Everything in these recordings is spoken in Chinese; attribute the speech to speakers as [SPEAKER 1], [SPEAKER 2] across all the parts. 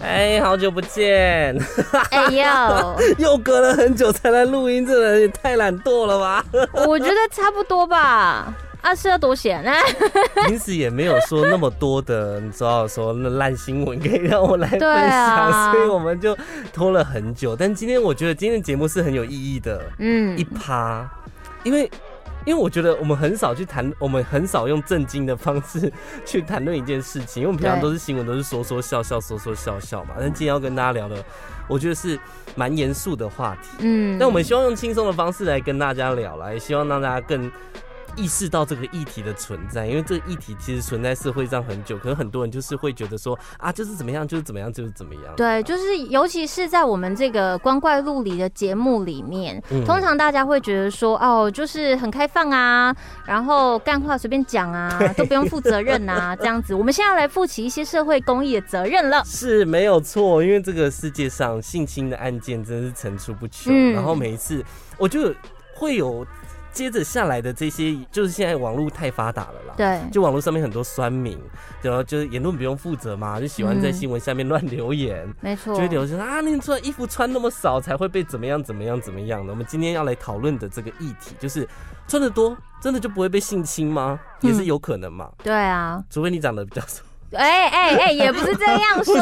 [SPEAKER 1] 妹，哎好久不见！
[SPEAKER 2] 哎 呦，
[SPEAKER 1] 又隔了很久才来录音，这人也太懒惰了 吧？
[SPEAKER 2] 我觉得差不多吧。二十二多险呢？
[SPEAKER 1] 平时也没有说那么多的，你知道说那烂新闻可以让我来分
[SPEAKER 2] 对
[SPEAKER 1] 享，
[SPEAKER 2] 啊
[SPEAKER 1] 所以我们就拖了很久。但今天我觉得今天的节目是很有意义的，
[SPEAKER 2] 嗯
[SPEAKER 1] 一，趴，因为。因为我觉得我们很少去谈，我们很少用震惊的方式去谈论一件事情，因为我们平常
[SPEAKER 2] 对
[SPEAKER 1] 都是新闻，都是说说笑笑，说说笑笑嘛。但今天要跟大家聊的，我觉得是蛮严肃的话题。
[SPEAKER 2] 嗯，
[SPEAKER 1] 但我们希望用轻松的方式来跟大家聊啦，也希望让大家更意识到这个议题的存在，因为这个议题其实存在社会上很久，可能很多人就是会觉得说啊，就是怎么样，就是怎么样，就是怎么样。
[SPEAKER 2] 对，就是尤其是在我们这个光怪陆离的节目里面，
[SPEAKER 1] 嗯
[SPEAKER 2] 通常大家会觉得说，哦，就是很开放啊，然后干话随便讲啊，都不用负责任啊，这样子。我们现在来负起一些社会公益的责任了。
[SPEAKER 1] 是没有错，因为这个世界上性侵的案件真的是层出不穷，
[SPEAKER 2] 嗯
[SPEAKER 1] 然后每一次我就会有接着下来的这些，就是现在网络太发达了啦。
[SPEAKER 2] 对，
[SPEAKER 1] 就网络上面很多酸民，然后就是言论不用负责嘛，就喜欢在
[SPEAKER 2] 嗯
[SPEAKER 1] 新闻下面乱留言，
[SPEAKER 2] 没错
[SPEAKER 1] 就。会流行啊，你穿衣服穿那么少才会被怎么样怎么样怎么样的。我们今天要来讨论的这个议题就是，穿的多真的就不会被性侵吗？也是有可能嘛，
[SPEAKER 2] 对啊，
[SPEAKER 1] 除非你长得比较瘦。
[SPEAKER 2] 哎哎哎，也不是这 样说，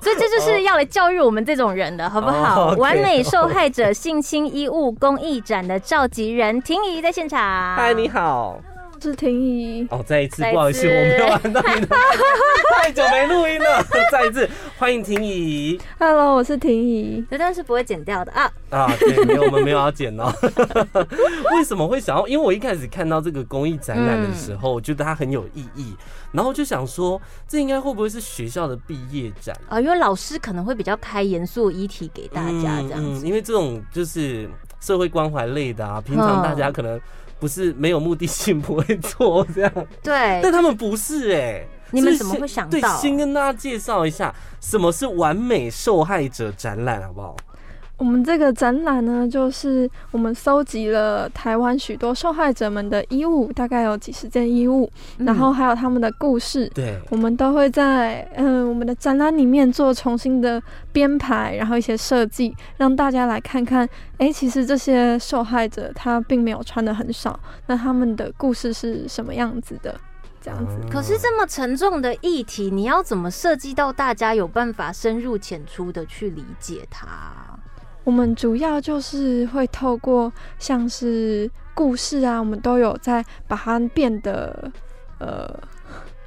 [SPEAKER 2] 所以这就是要来教育我们这种人的，好不
[SPEAKER 1] 哦
[SPEAKER 2] 好？
[SPEAKER 1] ，OK，
[SPEAKER 2] 完美受害者性侵衣物公益展的召集人婷宜在现场。
[SPEAKER 1] 嗨，哎你好。
[SPEAKER 3] 是婷宜，
[SPEAKER 1] 哦，再一次，
[SPEAKER 2] 再一次
[SPEAKER 1] 不好意思，我没有玩到你的麦克，太久没录音 了。再一次，欢迎婷宜
[SPEAKER 3] Hello，我是婷宜。
[SPEAKER 2] 这段是不会剪掉的啊。
[SPEAKER 1] 啊，对，没有，我们没有要剪 哦。为什么会想要？因为我一开始看到这个公益展览的时候，我觉得它很有意义，然后就想说，这应该会不会是学校的毕业展？
[SPEAKER 2] 啊，因为老师可能会比较开严肃议题给大家这样
[SPEAKER 1] 嗯
[SPEAKER 2] 子。嗯
[SPEAKER 1] 因为这种就是社会关怀类的啊，平常大家可能不是没有目的性 不会做这样，但
[SPEAKER 2] 对，
[SPEAKER 1] 他们不是哎、
[SPEAKER 2] 你们
[SPEAKER 1] 是
[SPEAKER 2] 怎么
[SPEAKER 1] 先
[SPEAKER 2] 会想
[SPEAKER 1] 对，
[SPEAKER 2] 到
[SPEAKER 1] 先跟大家介绍一下什么是完美受害者展览，好不好？
[SPEAKER 3] 我们这个展览呢，就是我们搜集了台湾许多受害者们的衣物，大概有几十件衣物，
[SPEAKER 2] 嗯
[SPEAKER 3] 然后还有他们的故事，
[SPEAKER 1] 对，
[SPEAKER 3] 我们都会在嗯我们的展览里面做重新的编排，然后一些设计，让大家来看看，哎，其实这些受害者他并没有穿的很少，那他们的故事是什么样子的？这样子。
[SPEAKER 1] 嗯
[SPEAKER 2] 可是这么沉重的议题，你要怎么设计到大家有办法深入浅出的去理解它？
[SPEAKER 3] 我们主要就是会透过像是故事啊，我们都有在把它变得呃，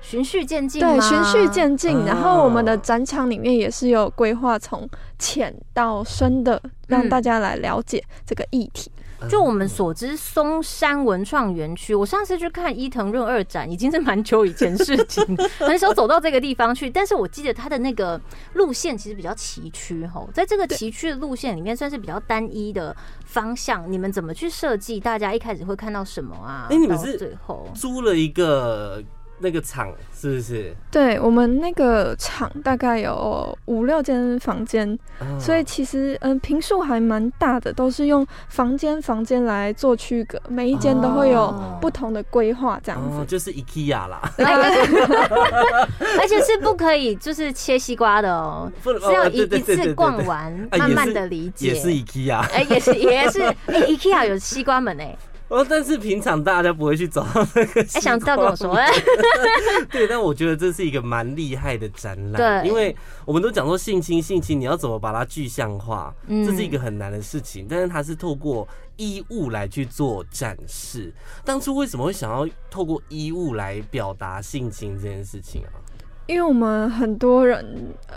[SPEAKER 2] 循序渐进吗，
[SPEAKER 3] 对，循序渐进。
[SPEAKER 1] 哦
[SPEAKER 3] 然后我们的展场里面也是有规划从浅到深的，让大家来了解这个议题。
[SPEAKER 1] 嗯
[SPEAKER 2] 就我们所知，松山文创园区，我上次去看伊藤润二展，已经是蛮久以前事情，很少走到这个地方去。但 是我记得它的那个路线其实比较崎岖吼，在这个崎岖的路线里面，算是比较单一的方向。你们怎么去设计？大家一开始会看到什么啊？
[SPEAKER 1] 哎你们
[SPEAKER 2] 到
[SPEAKER 1] 是
[SPEAKER 2] 最 后
[SPEAKER 1] 租了一个那个场，是不是？
[SPEAKER 3] 对我们那个场大概有五六间房间，
[SPEAKER 1] 啊
[SPEAKER 3] 所以其实嗯平数还蛮大的，都是用房间房间来做区隔，每一间都会有
[SPEAKER 2] 哦
[SPEAKER 3] 不同的规划这样子。
[SPEAKER 1] 哦，就是 IKEA 啦，
[SPEAKER 2] 而且是不可以就是切西瓜的哦，
[SPEAKER 1] 不能
[SPEAKER 2] 是要
[SPEAKER 1] 哦
[SPEAKER 2] 一
[SPEAKER 1] 对对
[SPEAKER 2] 一
[SPEAKER 1] 对对
[SPEAKER 2] 次
[SPEAKER 1] 对
[SPEAKER 2] 逛
[SPEAKER 1] 对
[SPEAKER 2] 完，
[SPEAKER 1] 啊
[SPEAKER 2] 慢
[SPEAKER 1] 也
[SPEAKER 2] 慢
[SPEAKER 1] 是
[SPEAKER 2] 的理解。
[SPEAKER 1] 也是 IKEA。
[SPEAKER 2] 哎，也是 也是，哎，IKEA 有西瓜门哎，
[SPEAKER 1] 哦，但是平常大家不会去找到那个。
[SPEAKER 2] 哎，想知道跟我说。
[SPEAKER 1] 对，但我觉得这是一个蛮厉害的展览，
[SPEAKER 2] 对
[SPEAKER 1] 因为我们都讲说性侵，性侵你要怎么把它具象化，
[SPEAKER 2] 嗯
[SPEAKER 1] 这是一个很难的事情，但是它是透过衣物来去做展示。当初为什么会想要透过衣物来表达性侵这件事情啊？
[SPEAKER 3] 因为我们很多人，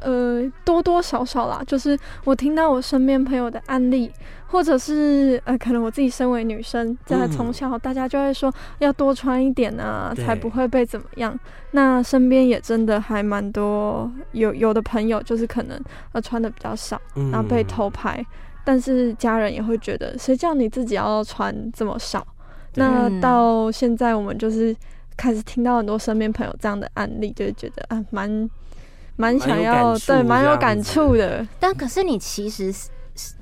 [SPEAKER 3] 呃，多多少少啦，就是我听到我身边朋友的案例，或者是呃，可能我自己身为女生，在
[SPEAKER 1] 嗯
[SPEAKER 3] 从小大家就会说要多穿一点啊，
[SPEAKER 1] 对
[SPEAKER 3] 才不会被怎么样。那身边也真的还蛮多有有的朋友，就是可能呃穿的比较少，
[SPEAKER 1] 嗯
[SPEAKER 3] 然后被偷拍，但是家人也会觉得，谁叫你自己要穿这么少？
[SPEAKER 1] 对
[SPEAKER 3] 那
[SPEAKER 2] 嗯
[SPEAKER 3] 到现在，我们就是开始听到很多身边朋友这样的案例，就是觉得啊，蛮蛮想
[SPEAKER 1] 蛮有
[SPEAKER 3] 要
[SPEAKER 1] 感触
[SPEAKER 3] 对，蛮
[SPEAKER 1] 这
[SPEAKER 3] 有
[SPEAKER 1] 样
[SPEAKER 3] 感
[SPEAKER 1] 子
[SPEAKER 3] 触的。
[SPEAKER 2] 但可是你其实是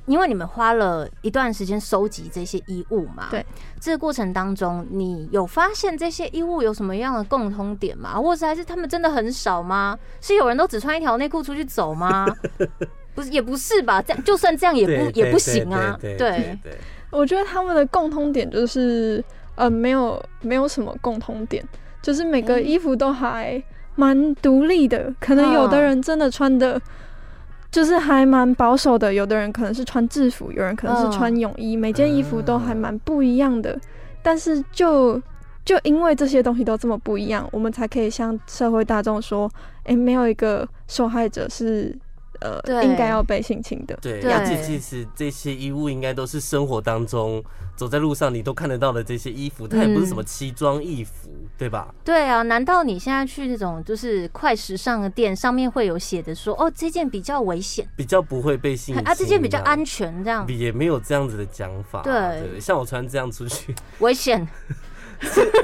[SPEAKER 2] 因为你们花了一段时间收集这些衣物嘛，
[SPEAKER 3] 对，
[SPEAKER 2] 这个过程当中，你有发现这些衣物有什么样的共通点吗？或者还是他们真的很少吗？是有人都只穿一条内裤出去 走吗？不是，也不是吧？这样就算这样也
[SPEAKER 1] 对
[SPEAKER 2] 不也不行啊，
[SPEAKER 1] 对
[SPEAKER 2] 对，
[SPEAKER 1] 对，
[SPEAKER 3] 我觉得他们的共通点就是，呃，没有没有什么共通点，就是每个
[SPEAKER 2] 诶
[SPEAKER 3] 衣服都还蛮独立的。可能有的
[SPEAKER 2] 嗯
[SPEAKER 3] 人真的穿的，就是还蛮保守的；有的人可能是穿制服，有人可能
[SPEAKER 2] 嗯
[SPEAKER 3] 是穿泳衣，每件衣服都还蛮不一样的。但是就就因为这些东西都这么不一样，我们才可以向社会大众说，诶，没有一个受害者是呃
[SPEAKER 2] 对
[SPEAKER 3] 应该要被性侵的。
[SPEAKER 1] 对，
[SPEAKER 2] 对
[SPEAKER 1] 而且其实这些衣物应该都是生活当中走在路上你都看得到的这些衣服，它也不是
[SPEAKER 2] 嗯
[SPEAKER 1] 什么奇装异服，对吧？
[SPEAKER 2] 对啊！难道你现在去那种就是快时尚的店，上面会有写的说哦，这件比较危险
[SPEAKER 1] 比较不会被性侵
[SPEAKER 2] 啊，这件比较安全，这样
[SPEAKER 1] 比也没有这样子的讲法、啊
[SPEAKER 2] 对
[SPEAKER 1] 对，像我穿这样出去，
[SPEAKER 2] 危险？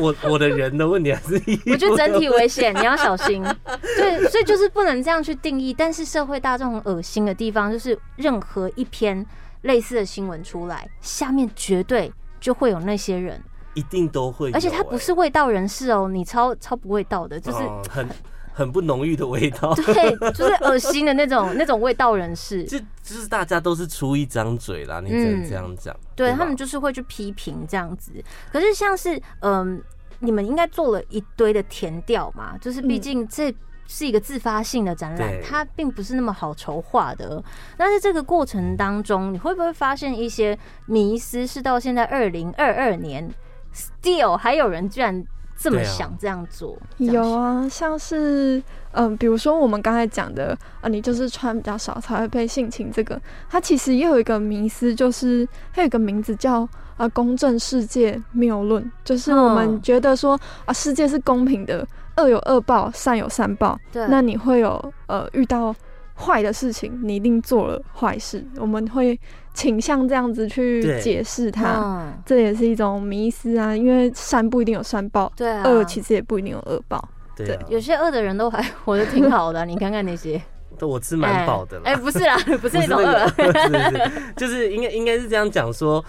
[SPEAKER 1] 我我的人的问题还是衣服
[SPEAKER 2] 我觉得整体危险，你要小心。 对，所以就是不能这样去定义。但是社会大众很恶心的地方，就是任何一篇类似的新闻出来，下面绝对就会有那些人，
[SPEAKER 1] 一定都会哎有、
[SPEAKER 2] 而且他不是味道人士哦，你超超不味道的，
[SPEAKER 1] 哎，
[SPEAKER 2] 就是、
[SPEAKER 1] 哦很很不浓郁的味道。
[SPEAKER 2] 对，就是恶心的那种那种味道人士，
[SPEAKER 1] 就就是大家都是出一张嘴啦，你只能这样讲、
[SPEAKER 2] 嗯对
[SPEAKER 1] 吧
[SPEAKER 2] 他们就是会去批评这样子。可是像是嗯、你们应该做了一堆的填调嘛，就是毕
[SPEAKER 3] 嗯
[SPEAKER 2] 竟这。是一个自发性的展览
[SPEAKER 1] 对，
[SPEAKER 2] 它并不是那么好筹划的。那在这个过程当中，你会不会发现一些迷思？是到现在二零二二年，still 还有人居然这么
[SPEAKER 1] 对啊
[SPEAKER 2] 想这样做？这样
[SPEAKER 3] 有啊，像是嗯、比如说我们刚才讲的啊、你就是穿比较少才会被性侵，这个它其实也有一个迷思，就是它有一个名字叫啊公正世界谬论，就是我们
[SPEAKER 2] 嗯
[SPEAKER 3] 觉得说啊世界是公平的，恶有恶报，善有善报，
[SPEAKER 2] 对，嗯
[SPEAKER 3] 那你会有呃遇到坏的事情，你一定做了坏事，我们会倾向这样子去
[SPEAKER 1] 对
[SPEAKER 3] 解释它，
[SPEAKER 2] 嗯，
[SPEAKER 3] 这也是一种迷思啊，因为善不一定有善报。
[SPEAKER 2] 对啊，
[SPEAKER 3] 恶其实也不一定有恶报，
[SPEAKER 1] 对啊，
[SPEAKER 2] 有些饿的人都还活得挺好的啊、你看看那些，
[SPEAKER 1] 但我吃蛮饱的啦。
[SPEAKER 2] 哎、哎不是啦，不是那种
[SPEAKER 1] 不
[SPEAKER 2] 饿，
[SPEAKER 1] 是那个是是就是应该应该是这样讲说，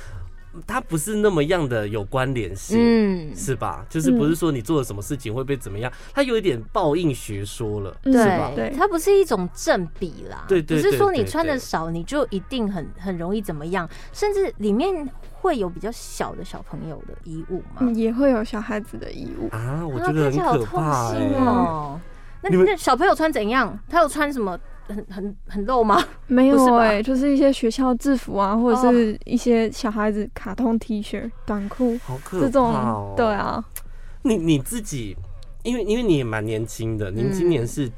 [SPEAKER 1] 它不是那么样的有关联性。
[SPEAKER 2] 嗯，
[SPEAKER 1] 是吧？就是不是说你做了什么事情会被怎么样？它有一点报应学说了，
[SPEAKER 3] 嗯
[SPEAKER 1] 是吧？
[SPEAKER 3] 对
[SPEAKER 2] 它不是一种正比啦，
[SPEAKER 1] 对对
[SPEAKER 2] 不是说
[SPEAKER 1] 对
[SPEAKER 2] 你
[SPEAKER 1] 对
[SPEAKER 2] 穿的
[SPEAKER 1] 对
[SPEAKER 2] 少，你就一定很很容易怎么样，甚至里面会有比较小的小朋友的衣物嘛，
[SPEAKER 3] 嗯，也会有小孩子的义务。
[SPEAKER 1] 啊，我
[SPEAKER 2] 啊
[SPEAKER 1] 觉得
[SPEAKER 2] 看起
[SPEAKER 1] 很
[SPEAKER 2] 来好
[SPEAKER 1] 可
[SPEAKER 2] 痛
[SPEAKER 1] 怕、
[SPEAKER 2] 心
[SPEAKER 1] 欸。
[SPEAKER 2] 哦、那
[SPEAKER 1] 你们
[SPEAKER 2] 那小朋友穿怎样？他有穿什么很很很露吗？
[SPEAKER 3] 没
[SPEAKER 2] 不是
[SPEAKER 3] 有
[SPEAKER 2] 吧哦
[SPEAKER 3] 哎、就是一些学校制服啊，或者是一些小孩子卡通 T 恤、短裤
[SPEAKER 1] 好可怕
[SPEAKER 3] 这种
[SPEAKER 1] 哦。
[SPEAKER 3] 对，啊，
[SPEAKER 1] 你你自己，因为因为你也蛮年轻的，您今年是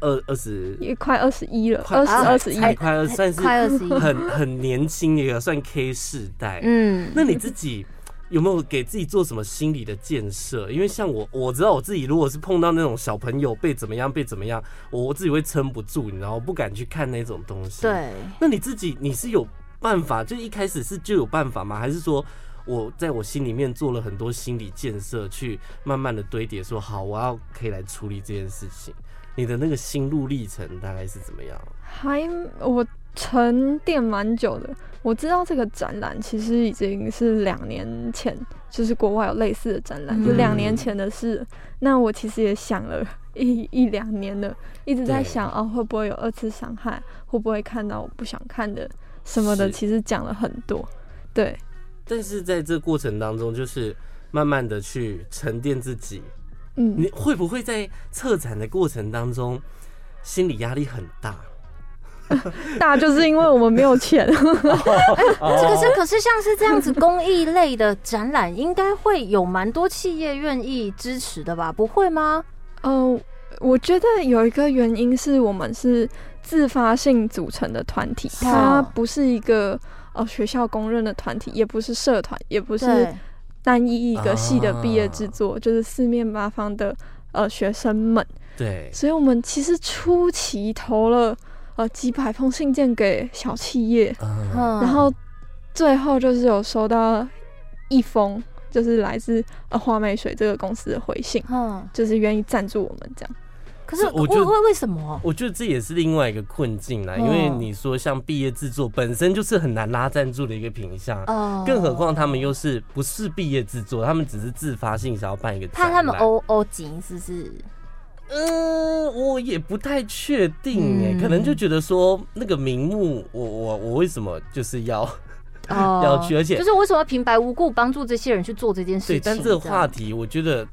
[SPEAKER 1] 二二十，
[SPEAKER 3] 也快二十嗯一了，
[SPEAKER 1] 快
[SPEAKER 3] 二十
[SPEAKER 1] 才
[SPEAKER 3] 二十一，
[SPEAKER 1] 才快二，算是
[SPEAKER 2] 快二十一，
[SPEAKER 1] 很很年轻，也算 K 世代。
[SPEAKER 2] 嗯，
[SPEAKER 1] 那你自己有没有给自己做什么心理的建设？因为像我，我知道我自己如果是碰到那种小朋友被怎么样被怎么样，我我自己会撑不住，你知道，我不敢去看那种东西。，
[SPEAKER 2] 对，
[SPEAKER 1] 那你自己你是有办法，就一开始是就有办法吗？还是说？我在我心里面做了很多心理建设，去慢慢的堆叠，说好，我要可以来处理这件事情。你的那个心路历程大概是怎么样？
[SPEAKER 3] 还我沉淀蛮久的。我知道这个展览其实已经是两年前，就是国外有类似的展览，
[SPEAKER 2] 嗯
[SPEAKER 3] 就两年前的事。那我其实也想了一一两年了，一直在
[SPEAKER 1] 对
[SPEAKER 3] 想啊，会不会有二次伤害，会不会看到我不想看的什么的，
[SPEAKER 1] 是
[SPEAKER 3] 其实讲了很多。对，
[SPEAKER 1] 但是在这过程当中，就是慢慢的去沉淀自己，
[SPEAKER 3] 嗯，
[SPEAKER 1] 你会不会在策展的过程当中心理压力很大？
[SPEAKER 3] 大就是因为我们没有 钱，
[SPEAKER 1] 哦
[SPEAKER 2] 这个是可是像是这样子公益类的展览，应该会有蛮多企业愿意支持的吧？不会吗？
[SPEAKER 3] 嗯，我觉得有一个原因是我们是自发性组成的团体，
[SPEAKER 2] 是
[SPEAKER 3] 它不是一个呃学校公认的团体，也不是社团，也不是
[SPEAKER 2] 对，
[SPEAKER 3] 单一一个系的毕业
[SPEAKER 1] 啊
[SPEAKER 3] 制作，就是四面八方的呃学生们。
[SPEAKER 1] 对，
[SPEAKER 3] 所以我们其实初期投了呃几百封信件给小企业，
[SPEAKER 1] 嗯，
[SPEAKER 2] 嗯
[SPEAKER 3] 然后最后就是有收到一封，就是来自呃花美水这个公司的回信，
[SPEAKER 2] 嗯，
[SPEAKER 3] 就是愿意赞助我们这样。
[SPEAKER 2] 可是
[SPEAKER 1] 这
[SPEAKER 2] 我
[SPEAKER 1] 我觉得
[SPEAKER 2] 为为什么？
[SPEAKER 1] 我觉得这也是另外一个困境啦，因为
[SPEAKER 2] 嗯
[SPEAKER 1] 你说像毕业制作本身就是很难拉赞助的一个品项，
[SPEAKER 2] 哦
[SPEAKER 1] 更何况他们又是不是毕业制作，他们只是自发性想要办一个展
[SPEAKER 2] 怕
[SPEAKER 1] 览。
[SPEAKER 2] 他们哦欧欧金是不是？
[SPEAKER 1] 嗯，我也不太确定哎、
[SPEAKER 2] 嗯
[SPEAKER 1] 可能就觉得说那个名目，我我我为什么就是要
[SPEAKER 2] 哦
[SPEAKER 1] 要去而且
[SPEAKER 2] 就是为什么要平白无故帮助这些人去做这件事
[SPEAKER 1] 对？
[SPEAKER 2] 情？
[SPEAKER 1] 但这个
[SPEAKER 2] 样
[SPEAKER 1] 话题，我觉得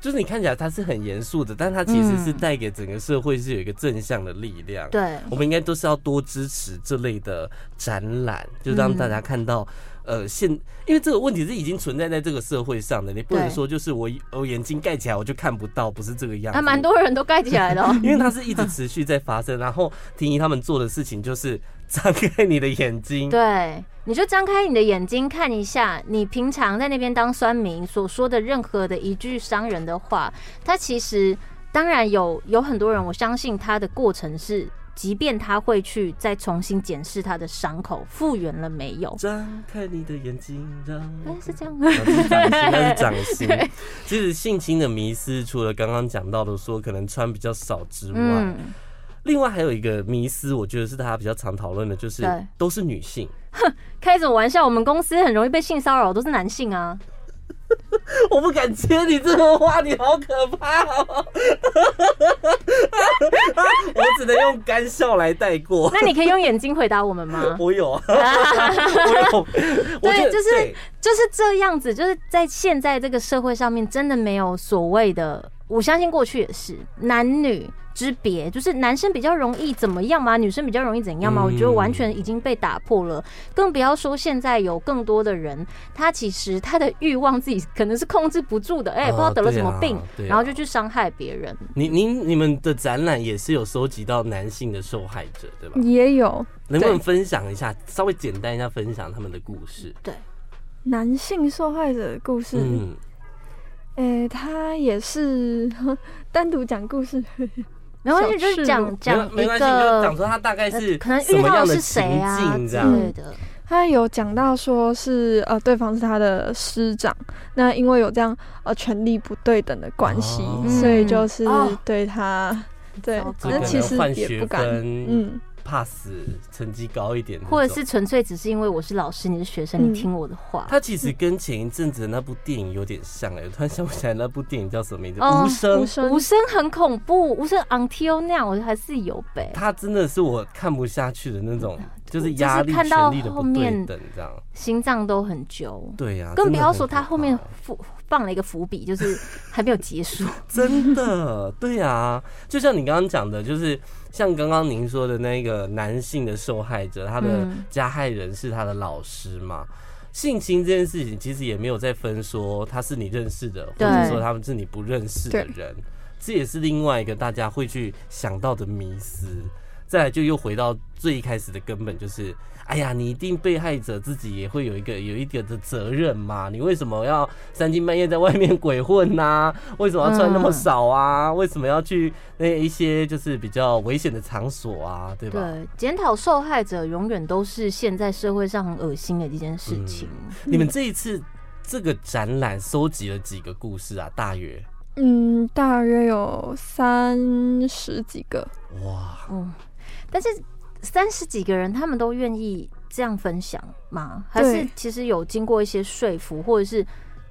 [SPEAKER 1] 就是你看起来它是很严肃的，但它其实是
[SPEAKER 2] 嗯
[SPEAKER 1] 带给整个社会是有一个正向的力量。
[SPEAKER 2] 对，
[SPEAKER 1] 我们应该都是要多支持这类的展览，就让大家看
[SPEAKER 2] 嗯
[SPEAKER 1] 到，呃，现因为这个问题是已经存在在这个社会上的，你不能
[SPEAKER 2] 对
[SPEAKER 1] 说就是我我眼睛盖起来我就看不到，不是这个样子。
[SPEAKER 2] 还蛮多人都盖起 来了哦。
[SPEAKER 1] 因为它是一直持续在发 生。然后婷宜他们做的事情就是张开你的眼睛，
[SPEAKER 2] 对，你就张开你的眼睛看一下，你平常在那边当酸民所说的任何的一句伤人的话，他其实当然有有很多人，我相信他的过程是，即便他会去再重新检视他的伤口复原了没有，
[SPEAKER 1] 张开你的眼睛，让
[SPEAKER 2] 哎、是这样。
[SPEAKER 1] 那是掌心，那是掌心。 其实性侵的迷思，除了刚刚讲到的说可能穿比较少之外，
[SPEAKER 2] 嗯，
[SPEAKER 1] 另外还有一个迷思，我觉得是大家比较常讨论的，就是
[SPEAKER 2] 对
[SPEAKER 1] 都是女 性。
[SPEAKER 2] 开什么玩笑？我们公司很容易被性骚扰，都是男 性啊。
[SPEAKER 1] 我不敢接你这个话，你好可怕哦！ 我只能用干笑来带过。？
[SPEAKER 2] 那你可以用眼睛回答我们吗
[SPEAKER 1] 我有，啊，我 有，我觉得
[SPEAKER 2] 对就是
[SPEAKER 1] 对
[SPEAKER 2] 就是这样子，就是在现在这个社会上面，真的没有所谓的，我相信过去也是男女之别，就是男生比较容易怎么样嘛，女生比较容易怎样嘛，
[SPEAKER 1] 嗯
[SPEAKER 2] 我觉得完全已经被打破了，更不要说现在有更多的人，他其实他的欲望自己可能是控制不住的，哎、
[SPEAKER 1] 啊
[SPEAKER 2] 不知道得了什么病，
[SPEAKER 1] 对啊对啊
[SPEAKER 2] 然后就去伤害别人，
[SPEAKER 1] 你您你们的展览也是有收集到男性的受害者，对吧？
[SPEAKER 3] 也有
[SPEAKER 1] 能不能分享一下，稍微简单一下分享他们的故事？
[SPEAKER 3] 男性受害者的故事，
[SPEAKER 1] 嗯，
[SPEAKER 3] 诶、他也是单独讲故事，
[SPEAKER 2] 然后
[SPEAKER 3] 小
[SPEAKER 2] 就是
[SPEAKER 3] 事
[SPEAKER 2] 讲
[SPEAKER 3] 物
[SPEAKER 2] 讲
[SPEAKER 1] 没
[SPEAKER 2] 一
[SPEAKER 1] 关系，你就讲
[SPEAKER 2] 个。呃
[SPEAKER 1] 说他大概是
[SPEAKER 2] 可能
[SPEAKER 1] 什
[SPEAKER 2] 遇
[SPEAKER 1] 么
[SPEAKER 2] 到
[SPEAKER 1] 样
[SPEAKER 2] 的
[SPEAKER 1] 的
[SPEAKER 2] 是
[SPEAKER 1] 情
[SPEAKER 2] 谁啊
[SPEAKER 1] 境这
[SPEAKER 2] 之
[SPEAKER 1] 样。
[SPEAKER 2] 类的，
[SPEAKER 3] 他有讲到说是呃，对方是他的师长，那因为有这样呃权力不对等的关系，
[SPEAKER 1] 哦
[SPEAKER 3] 所以就是
[SPEAKER 2] 哦
[SPEAKER 3] 对他、对
[SPEAKER 2] 糟，糕
[SPEAKER 1] 这可
[SPEAKER 3] 那
[SPEAKER 1] 能
[SPEAKER 3] 其实
[SPEAKER 1] 换
[SPEAKER 3] 也
[SPEAKER 1] 学
[SPEAKER 3] 不敢，
[SPEAKER 1] 分
[SPEAKER 3] 嗯，
[SPEAKER 1] 怕死，成绩高一点那种，
[SPEAKER 2] 或者是纯粹只是因为我是老师，你是学生，你
[SPEAKER 3] 嗯
[SPEAKER 2] 听我的话。
[SPEAKER 1] 他其实跟前一阵子的那部电影有点像哎、我突然想不起来那部电影叫什么名字，
[SPEAKER 2] 哦
[SPEAKER 1] 无声
[SPEAKER 3] 无。声
[SPEAKER 2] 无声很恐怖，无声 until now 我还是有呗。
[SPEAKER 1] 他真的是我看不下去的那种，就是
[SPEAKER 2] 就是
[SPEAKER 1] 压力、
[SPEAKER 2] 看到
[SPEAKER 1] 权力的不
[SPEAKER 2] 后
[SPEAKER 1] 对
[SPEAKER 2] 面
[SPEAKER 1] 等这样。
[SPEAKER 2] 心脏都很揪，
[SPEAKER 1] 对呀、啊真
[SPEAKER 2] 更不
[SPEAKER 1] 的
[SPEAKER 2] 要
[SPEAKER 1] 很
[SPEAKER 2] 说他
[SPEAKER 1] 可
[SPEAKER 2] 后面
[SPEAKER 1] 怕
[SPEAKER 2] 伏放了一个伏笔，就是还没有结束。
[SPEAKER 1] 真的，对啊，就像你刚刚讲的，就是像刚刚您说的那个男性的受害者， 他的
[SPEAKER 2] 嗯
[SPEAKER 1] 加害人是他的老师嘛。性侵这件事情其实也没有再分说他是你认识的，或
[SPEAKER 2] 对
[SPEAKER 1] 者说他们是你不认识的人，这也是另外一个大家会去想到的迷思。再来就又回到最一开始的根本，就是哎呀，你一定被害者自己也会有一个有一点的责任嘛，你为什么要三更半夜在外面鬼混呐、 为什么要穿那么少啊？为什么要去那一些就是比较危险的场所啊？对吧？
[SPEAKER 2] 对，检讨受害者永远都是现在社会上很恶心的一件事情。
[SPEAKER 3] 嗯
[SPEAKER 1] 你们这一次这个展览收集了几个故事啊？大约
[SPEAKER 3] 嗯，大约有三十几个，
[SPEAKER 1] 哇，
[SPEAKER 2] 嗯，但是三十几个人他们都愿意这样分享吗？还是
[SPEAKER 3] 对
[SPEAKER 2] 其实有经过一些说服，或者是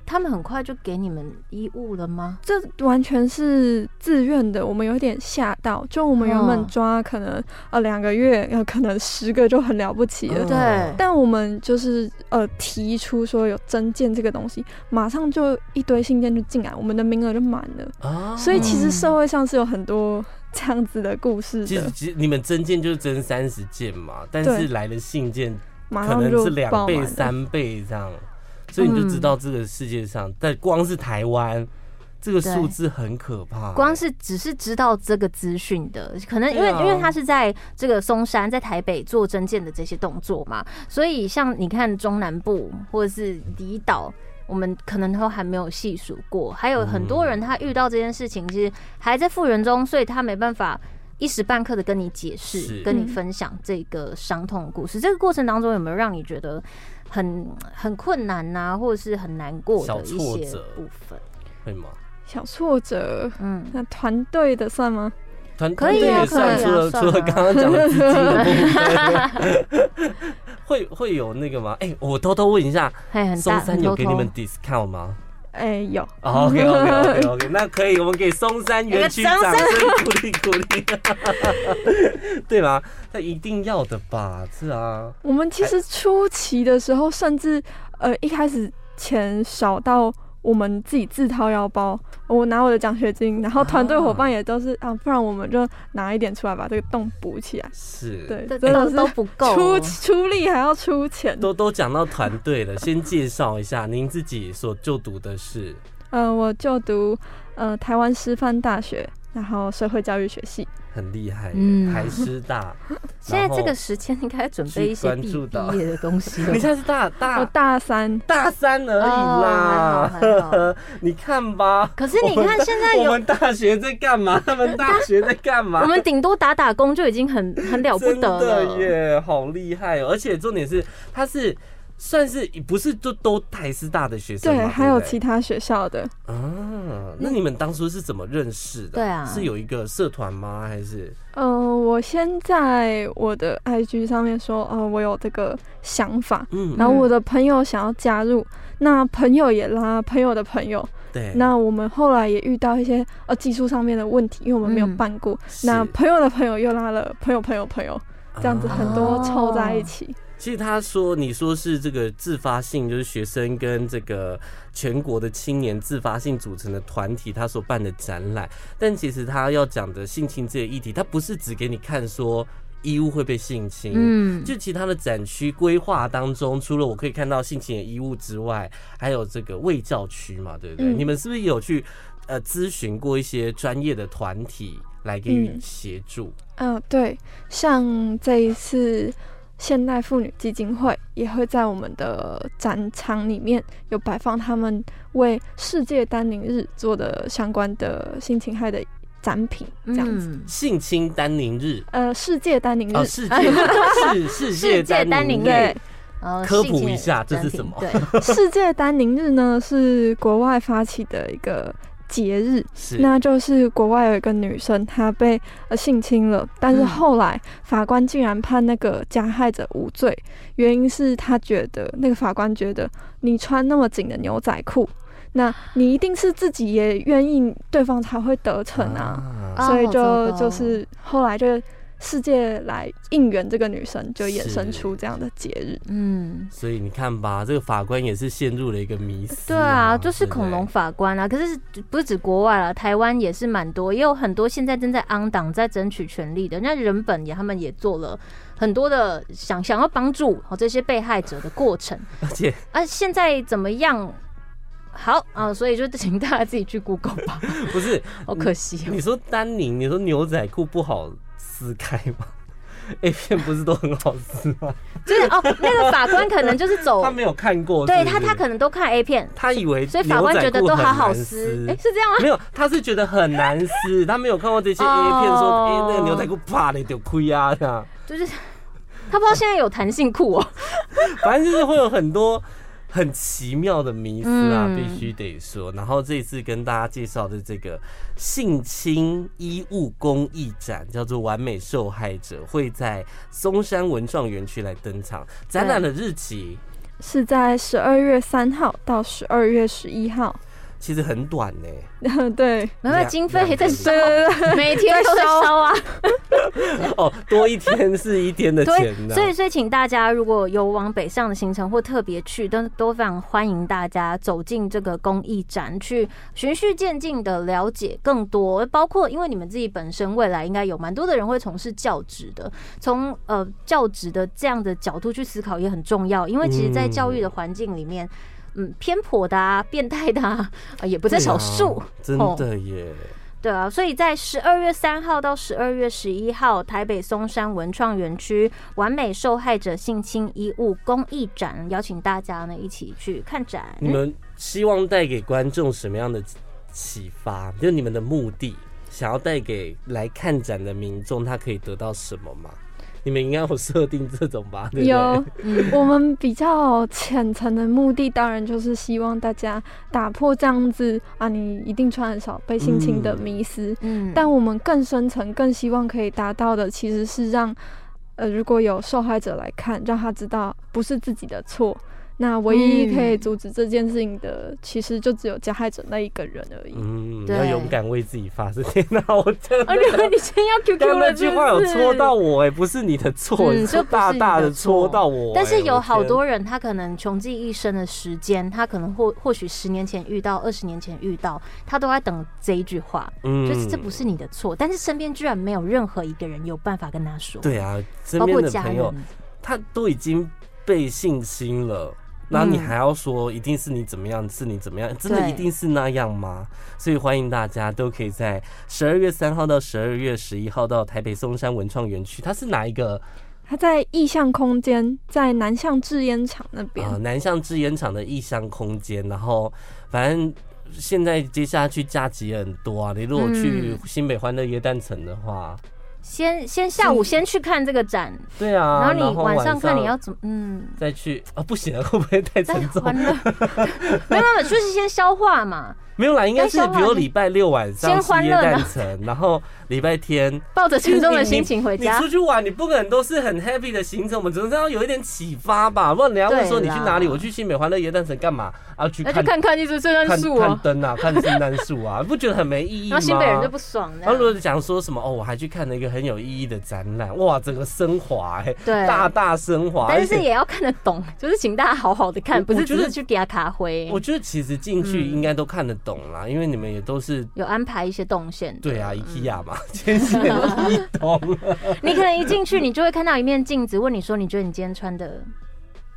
[SPEAKER 2] 他们很快就给你们衣物了吗？
[SPEAKER 3] 这完全是自愿的，我们有点吓到。就我们原
[SPEAKER 2] 哦
[SPEAKER 3] 本抓可能、呃两个月，呃可能十个就很了不起了，
[SPEAKER 1] 嗯
[SPEAKER 2] 对，
[SPEAKER 3] 但我们就是呃提出说有增建这个东西，马上就一堆信件就进来，我们的名额就满了。
[SPEAKER 1] 啊，
[SPEAKER 3] 所以其实
[SPEAKER 2] 嗯
[SPEAKER 3] 社会上是有很多这样子的故事
[SPEAKER 1] 嗯其实
[SPEAKER 3] 的，
[SPEAKER 1] 其实你们增件就是增三十件嘛，但是
[SPEAKER 3] 对
[SPEAKER 1] 来的信件
[SPEAKER 3] 马
[SPEAKER 1] 可
[SPEAKER 3] 上
[SPEAKER 1] 能
[SPEAKER 3] 就是
[SPEAKER 1] 两
[SPEAKER 3] 爆
[SPEAKER 1] 倍、
[SPEAKER 3] 满了。
[SPEAKER 1] 三倍这样，所以你就知道这个世界上，
[SPEAKER 3] 嗯
[SPEAKER 1] 但光是台湾这个数字很可怕、
[SPEAKER 2] 光是只是知道这个资讯的，可能因
[SPEAKER 1] 对
[SPEAKER 2] 为、
[SPEAKER 1] 啊
[SPEAKER 2] 因为他是在这个松山，在台北做真件的这些动作嘛，所以像你看中南部或者是离岛。我们可能都还没有细数过，还有很多
[SPEAKER 1] 嗯
[SPEAKER 2] 人他遇到这件事情，其实还在复原中，所以他没办法一时半刻的跟你解释
[SPEAKER 1] 是、
[SPEAKER 2] 跟你分享这个伤痛的故事。这个过程当中有没有让你觉得很很困难呐、或者是很难过
[SPEAKER 1] 小
[SPEAKER 2] 的一
[SPEAKER 1] 挫
[SPEAKER 2] 些
[SPEAKER 1] 折
[SPEAKER 2] 部分？
[SPEAKER 1] 会吗？
[SPEAKER 3] 小挫折，
[SPEAKER 2] 嗯，
[SPEAKER 3] 那团队的算吗？
[SPEAKER 1] 团
[SPEAKER 2] 可
[SPEAKER 1] 团
[SPEAKER 2] 以
[SPEAKER 1] 队
[SPEAKER 2] 啊
[SPEAKER 1] 也算，
[SPEAKER 3] 可以啊
[SPEAKER 1] 除了除
[SPEAKER 2] 算
[SPEAKER 1] 了
[SPEAKER 2] 啊
[SPEAKER 1] 刚刚讲的资金的 部分，会会有那个吗？哎，我偷偷问一下，
[SPEAKER 2] 嘿，很
[SPEAKER 1] 松
[SPEAKER 2] 大，
[SPEAKER 1] 山
[SPEAKER 2] 很
[SPEAKER 1] 有
[SPEAKER 2] 偷
[SPEAKER 1] 给你
[SPEAKER 2] 偷
[SPEAKER 1] 们。discount 吗
[SPEAKER 3] 哎，有，
[SPEAKER 1] ？OK OK OK OK，那可以，我们给松山园区
[SPEAKER 2] 给个
[SPEAKER 1] 掌
[SPEAKER 2] 掌声
[SPEAKER 1] 声鼓励鼓励， 对吗？那一定要的吧，是啊，
[SPEAKER 3] 我们其实初期的时候，甚至呃一开始钱少到我们自己自掏腰包，我拿我的奖学金，然后团队伙伴也都是啊，不然我们就拿一点出来把这个洞补起来。
[SPEAKER 1] 是，
[SPEAKER 3] 对，
[SPEAKER 2] 这
[SPEAKER 3] 真的
[SPEAKER 2] 都
[SPEAKER 1] 哎
[SPEAKER 3] 是
[SPEAKER 2] 都不够哦
[SPEAKER 3] 出，出力还要出钱。
[SPEAKER 1] 哦都都讲到团队了，先介绍一下您自己所就读的是
[SPEAKER 3] 呃，我就读呃台湾师范大学，然后社会教育学系。
[SPEAKER 1] 很厉害耶，
[SPEAKER 2] 嗯
[SPEAKER 1] 台师大。
[SPEAKER 2] 现在
[SPEAKER 1] 然后
[SPEAKER 2] 这个时间应该准备一些
[SPEAKER 1] 去关
[SPEAKER 2] 毕
[SPEAKER 1] 注到
[SPEAKER 2] 毕业的东西 了吧。
[SPEAKER 1] 你现在是大
[SPEAKER 3] 我
[SPEAKER 1] 大
[SPEAKER 3] 大三，
[SPEAKER 1] 大三而已
[SPEAKER 2] 哦
[SPEAKER 1] 啦，
[SPEAKER 2] 还好还
[SPEAKER 1] 你看吧。
[SPEAKER 2] 可是你看现在
[SPEAKER 1] 我
[SPEAKER 2] 有，
[SPEAKER 1] 们大学在干嘛？他们大学在干嘛？
[SPEAKER 2] 我们顶多打打工就已经很很
[SPEAKER 3] 哦
[SPEAKER 2] 了不
[SPEAKER 1] 真
[SPEAKER 2] 得
[SPEAKER 1] 的
[SPEAKER 2] 了。
[SPEAKER 1] 耶，好厉害哦！而且重点是，他是算是不是就都台师大的学生
[SPEAKER 3] 对，
[SPEAKER 1] 嘛？
[SPEAKER 3] 还有
[SPEAKER 1] 对不对
[SPEAKER 3] 其他学校的。
[SPEAKER 1] 啊？那你们当初是怎么认识的？
[SPEAKER 2] 对啊
[SPEAKER 1] 是有一个社团吗？还是
[SPEAKER 3] 呃，我先在我的 IG 上面说，呃，我有这个想法，
[SPEAKER 1] 嗯
[SPEAKER 3] 然后我的朋友想要加入，那朋友也拉朋友的朋友，
[SPEAKER 1] 对，
[SPEAKER 3] 那我们后来也遇到一些呃技术上面的问题，因为我们没有
[SPEAKER 2] 嗯
[SPEAKER 3] 办过，
[SPEAKER 1] 是
[SPEAKER 3] 那朋友的朋友又拉了朋友朋友朋友，这样子
[SPEAKER 1] 啊
[SPEAKER 3] 很多凑在一起。
[SPEAKER 1] 其实他说，你说是这个自发性，就是学生跟这个全国的青年自发性组成的团体，他所办的展览。但其实他要讲的性侵这个议题，他不是只给你看说衣物会被性侵，
[SPEAKER 2] 嗯，
[SPEAKER 1] 就其他的展区规划当中，除了我可以看到性情的衣物之外，还有这个卫教区嘛，对不对？
[SPEAKER 3] 嗯
[SPEAKER 1] 你们是不是有去呃咨询过一些专业的团体来给予
[SPEAKER 3] 嗯
[SPEAKER 1] 协助？
[SPEAKER 3] 嗯、对，像这一次现代妇女基金会也会在我们的展场里面有摆放他们为世界丹宁日做的相关的性侵害的展品，这样子。
[SPEAKER 2] 嗯
[SPEAKER 1] 性侵丹宁日
[SPEAKER 3] 呃，世界丹宁日，
[SPEAKER 1] 啊、世界 是世
[SPEAKER 2] 世界
[SPEAKER 1] 界丹
[SPEAKER 2] 丹
[SPEAKER 1] 宁
[SPEAKER 2] 宁
[SPEAKER 1] 日
[SPEAKER 3] 对。
[SPEAKER 2] 呃
[SPEAKER 1] 科普
[SPEAKER 2] 性
[SPEAKER 1] 一下这是
[SPEAKER 2] 产品
[SPEAKER 1] 什么
[SPEAKER 2] 对，
[SPEAKER 3] 世界丹宁日呢是国外发起的一个节日，
[SPEAKER 1] 是
[SPEAKER 3] 那就是国外有一个女生，她被呃性侵了，但是
[SPEAKER 2] 嗯
[SPEAKER 3] 后来法官竟然判那个加害者无罪，原因是他觉得那个法官觉得你穿那么紧的牛仔裤，那你一定是自己也愿意，对方才会得逞啊，
[SPEAKER 2] 啊
[SPEAKER 3] 所以就、
[SPEAKER 2] 好糟糕
[SPEAKER 3] 就是后来就世界来应援这个女生，就衍生
[SPEAKER 1] 是
[SPEAKER 3] 出这样的节日。
[SPEAKER 2] 嗯。
[SPEAKER 1] 所以你看吧，这个法官也是陷入了一个迷思、
[SPEAKER 2] 对啊，就是
[SPEAKER 1] 对不对
[SPEAKER 2] 恐龙法官啊，可是不是指国外了，台湾也是蛮多，也有很多现在正在昂党在争取权利的。那人本也他们也做了很多的想想要帮助哦这些被害者的过程，
[SPEAKER 1] 而且
[SPEAKER 2] 啊，现在怎么样？好啊，所以就请大家自己去 Google 吧，
[SPEAKER 1] 不是
[SPEAKER 2] 好可惜哦。
[SPEAKER 1] 你说丹宁，你说牛仔裤不好撕开吗？A 片不是都很好撕吗？
[SPEAKER 2] 就是哦，那个法官可能就是走
[SPEAKER 1] 他，没有看过
[SPEAKER 2] 哦对
[SPEAKER 1] 是不
[SPEAKER 2] 他
[SPEAKER 1] 是
[SPEAKER 2] 他可能都看 A 片，
[SPEAKER 1] 他以为
[SPEAKER 2] 所以法官
[SPEAKER 1] 牛仔
[SPEAKER 2] 觉
[SPEAKER 1] 裤
[SPEAKER 2] 得都
[SPEAKER 1] 很
[SPEAKER 2] 好好
[SPEAKER 1] 难
[SPEAKER 2] 撕
[SPEAKER 1] 撕，，
[SPEAKER 2] 哎，是这样吗？
[SPEAKER 1] 没有，他是觉得很难撕，他没有看过这些 A 片，说
[SPEAKER 2] 哦
[SPEAKER 1] 哎、那个牛仔裤啪的就亏啊 这样，
[SPEAKER 2] 就是他不知道现在有弹性裤 哦。
[SPEAKER 1] 反正就是会有很多。 很奇妙的迷思啊，
[SPEAKER 2] 嗯
[SPEAKER 1] 必须得说。然后这一次跟大家介绍的这个性侵衣物公益展，叫做“完美受害者”，会在松山文创园区来登场。展览的日期
[SPEAKER 3] 是在十二月三号到十二月十一号，
[SPEAKER 1] 其实很短呢、
[SPEAKER 3] 对，
[SPEAKER 2] 难怪
[SPEAKER 1] 两
[SPEAKER 2] 经费在烧
[SPEAKER 3] 对，对 对，
[SPEAKER 2] 每天都在烧啊。
[SPEAKER 1] 哦，多一天是一天的钱啊呢、
[SPEAKER 2] 所以所以请大家如果有往北上的行程或特别去，都都非常欢迎大家走进这个公益展，去循序渐进的了解更多，包括因为你们自己本身未来应该有蛮多的人会从事教职的，从呃教职的这样的角度去思考也很重要，因为其实，在教育的环境里面。嗯，偏颇的啊，变态的啊， 呃也不在少数、
[SPEAKER 1] 对啊真
[SPEAKER 2] 哦
[SPEAKER 1] 的耶。
[SPEAKER 2] 对啊，所以在十二月三号到十二月十一号，台北松山文创园区完美受害者性侵衣物公益展，邀请大家呢一起去看展。
[SPEAKER 1] 你们希望带给观众什么样的启发？就是你们的目的，想要带给来看展的民众，他可以得到什么吗？你们应该有设定这种吧？对不对
[SPEAKER 3] 有，
[SPEAKER 2] 嗯，
[SPEAKER 3] 我们比较浅层的目的，当然就是希望大家打破这样子啊，你一定穿很少被性侵的迷思。
[SPEAKER 2] 嗯，
[SPEAKER 3] 但我们更深层、更希望可以达到的，其实是让呃，如果有受害者来看，让他知道不是自己的错。那唯一可以
[SPEAKER 2] 嗯
[SPEAKER 3] 阻止这件事情的，其实就只有加害者那一个人而已。
[SPEAKER 1] 嗯，
[SPEAKER 2] 对
[SPEAKER 1] 要勇敢为自己发声。天哪，我真
[SPEAKER 2] 而
[SPEAKER 1] 的。
[SPEAKER 2] 且你先要 QQ
[SPEAKER 1] 刚那
[SPEAKER 2] 了，
[SPEAKER 1] 句话有戳到。我哎、不是你的错，
[SPEAKER 2] 嗯
[SPEAKER 1] 是大大的戳到我哎、
[SPEAKER 2] 但是有
[SPEAKER 1] 我
[SPEAKER 2] 好
[SPEAKER 1] 天
[SPEAKER 2] 多人，他可能穷尽一生的时间，他可能或或许十年前遇到，二十年前遇到，他都在等这一句话，
[SPEAKER 1] 嗯
[SPEAKER 2] 就是这不是你的错。但是身边居然没有任何一个人有办法跟他说，，
[SPEAKER 1] 对啊，身
[SPEAKER 2] 包
[SPEAKER 1] 边
[SPEAKER 2] 括
[SPEAKER 1] 的
[SPEAKER 2] 家
[SPEAKER 1] 朋
[SPEAKER 2] 人
[SPEAKER 1] 友，他都已经被性侵了。然
[SPEAKER 2] 嗯
[SPEAKER 1] 后你还要说，一定是你怎么样，是你怎么样，真的
[SPEAKER 2] 对
[SPEAKER 1] 一定是那样吗？所以欢迎大家都可以在十二月三号到十二月十一号到台北松山文创园区，它是哪一个
[SPEAKER 3] 他在意象空间，在南向制烟厂那边。
[SPEAKER 1] 啊，南向制烟厂的异乡空间，然后反正现在接下去假期也很多啊。你如果去
[SPEAKER 2] 嗯
[SPEAKER 1] 新北欢乐椰蛋城的话，
[SPEAKER 2] 先先下午先去看这个展，
[SPEAKER 1] 对啊，
[SPEAKER 2] 然后
[SPEAKER 1] 然
[SPEAKER 2] 你
[SPEAKER 1] 后
[SPEAKER 2] 晚
[SPEAKER 1] 上
[SPEAKER 2] 上看你要怎么，嗯，哎
[SPEAKER 1] 再去啊，不行啊，会不会太
[SPEAKER 2] 再
[SPEAKER 1] 沉重？
[SPEAKER 2] 欢乐， 没有没有，就是先消化嘛，
[SPEAKER 1] 没有啦，应该是
[SPEAKER 2] 但消化
[SPEAKER 1] 比如礼拜六晚上
[SPEAKER 2] 先
[SPEAKER 1] 吃
[SPEAKER 2] 欢
[SPEAKER 1] 椰
[SPEAKER 2] 乐呢
[SPEAKER 1] 蛋城，然后礼拜天。
[SPEAKER 2] 抱着沉重的心情回
[SPEAKER 1] 你
[SPEAKER 2] 家
[SPEAKER 1] 出。去玩，你不可能都是很 happy 的行程，我们总是要有一点启发吧。不然人家问说你
[SPEAKER 2] 对
[SPEAKER 1] 去
[SPEAKER 2] 啦
[SPEAKER 1] 哪里，我去新美欢乐椰蛋城干嘛？啊，去
[SPEAKER 2] 那
[SPEAKER 1] 看
[SPEAKER 2] 哎就看看就是圣诞
[SPEAKER 1] 看
[SPEAKER 2] 树
[SPEAKER 1] 看
[SPEAKER 2] 哦，
[SPEAKER 1] 灯 啊，看圣诞树啊，不觉得很没意义
[SPEAKER 2] 然
[SPEAKER 1] 吗？
[SPEAKER 2] 后新北人就不爽
[SPEAKER 1] 然后如
[SPEAKER 2] 了。
[SPEAKER 1] 果讲说什么哦，我还去看了一个很有意义的展览，哇，整个升华哎、
[SPEAKER 2] 对，
[SPEAKER 1] 大大升华。
[SPEAKER 2] 但是
[SPEAKER 1] 而且
[SPEAKER 2] 也要看得懂，就是请大家好好的看，
[SPEAKER 1] 哎我
[SPEAKER 2] 不
[SPEAKER 1] 我
[SPEAKER 2] 是
[SPEAKER 1] 觉
[SPEAKER 2] 只
[SPEAKER 1] 得
[SPEAKER 2] 是去给他卡灰
[SPEAKER 1] 我，觉得其实进
[SPEAKER 2] 嗯
[SPEAKER 1] 去应该都看得懂啦，因为你们也都是
[SPEAKER 2] 有安排一些动线。
[SPEAKER 1] 对啊，IKEA 嘛， 真 是你懂，
[SPEAKER 2] 你可能一进去，你就会看到一面镜子，问你说：“你觉得你今天穿 的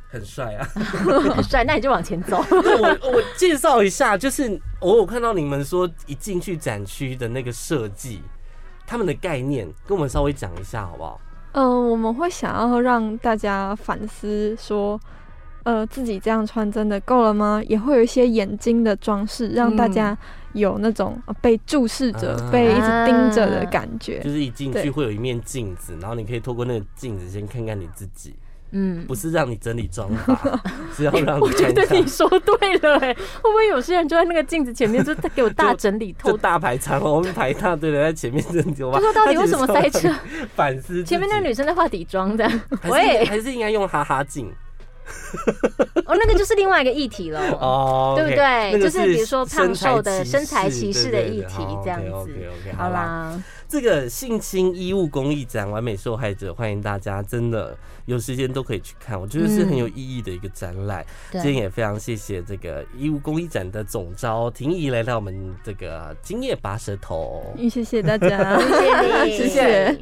[SPEAKER 1] 很帅啊。
[SPEAKER 2] 很帅？”那你就往前走。
[SPEAKER 1] 对我我介绍一下，就是我有看到你们说一进去展区的那个设计，他们的概念跟我们稍微讲一下好不好？
[SPEAKER 3] 嗯、我们会想要让大家反思说，呃，自己这样穿真的够了吗？也会有一些眼睛的装饰，让大家有那种呃被注视着、
[SPEAKER 1] 啊
[SPEAKER 3] 被一直盯着的感觉。
[SPEAKER 1] 就是一进去
[SPEAKER 3] 对
[SPEAKER 1] 会有一面镜子，然后你可以透过那个镜子先看看你自己，
[SPEAKER 2] 嗯，
[SPEAKER 1] 不是让你整理妆 发，是要让
[SPEAKER 2] 我
[SPEAKER 1] 你
[SPEAKER 2] 觉
[SPEAKER 1] 看
[SPEAKER 2] 得
[SPEAKER 1] 看
[SPEAKER 2] 你。说对了、哎，会不会有些人就在那个镜子前面，就给我大整理
[SPEAKER 1] 就
[SPEAKER 2] 偷？
[SPEAKER 1] 大排长龙，我们排一大堆人在前面扔酒吧
[SPEAKER 2] 就。说到底为什么塞车？
[SPEAKER 1] 反思自己
[SPEAKER 2] 前面那个女生在化底妆的，
[SPEAKER 1] 还是
[SPEAKER 2] 喂
[SPEAKER 1] 还是应该用哈哈 镜
[SPEAKER 2] 哦，那个就是另外一个议题了。
[SPEAKER 1] 哦
[SPEAKER 2] 对不
[SPEAKER 1] OK，
[SPEAKER 2] 对
[SPEAKER 1] 那个
[SPEAKER 2] 就是比如说
[SPEAKER 1] 身
[SPEAKER 2] 胖
[SPEAKER 1] 材
[SPEAKER 2] 瘦的
[SPEAKER 1] 歧
[SPEAKER 2] 身材
[SPEAKER 1] 视
[SPEAKER 2] 歧
[SPEAKER 1] 对
[SPEAKER 2] 视的
[SPEAKER 1] 对
[SPEAKER 2] 议
[SPEAKER 1] 对哦
[SPEAKER 2] 题
[SPEAKER 1] 好
[SPEAKER 2] 这样
[SPEAKER 1] OK OK，
[SPEAKER 2] 好
[SPEAKER 1] 好啦，
[SPEAKER 2] 啦，
[SPEAKER 1] 这个性侵衣物公益展，完美受害者，欢迎大家真的有时间都可以去看，我觉得是很有意义的一个展览。今天
[SPEAKER 2] 对，
[SPEAKER 1] 也非常谢谢这个义务公益展的总招婷宜来到我们这个今夜拔舌头。
[SPEAKER 3] 嗯谢谢大家。
[SPEAKER 2] 谢谢你，
[SPEAKER 3] 谢谢。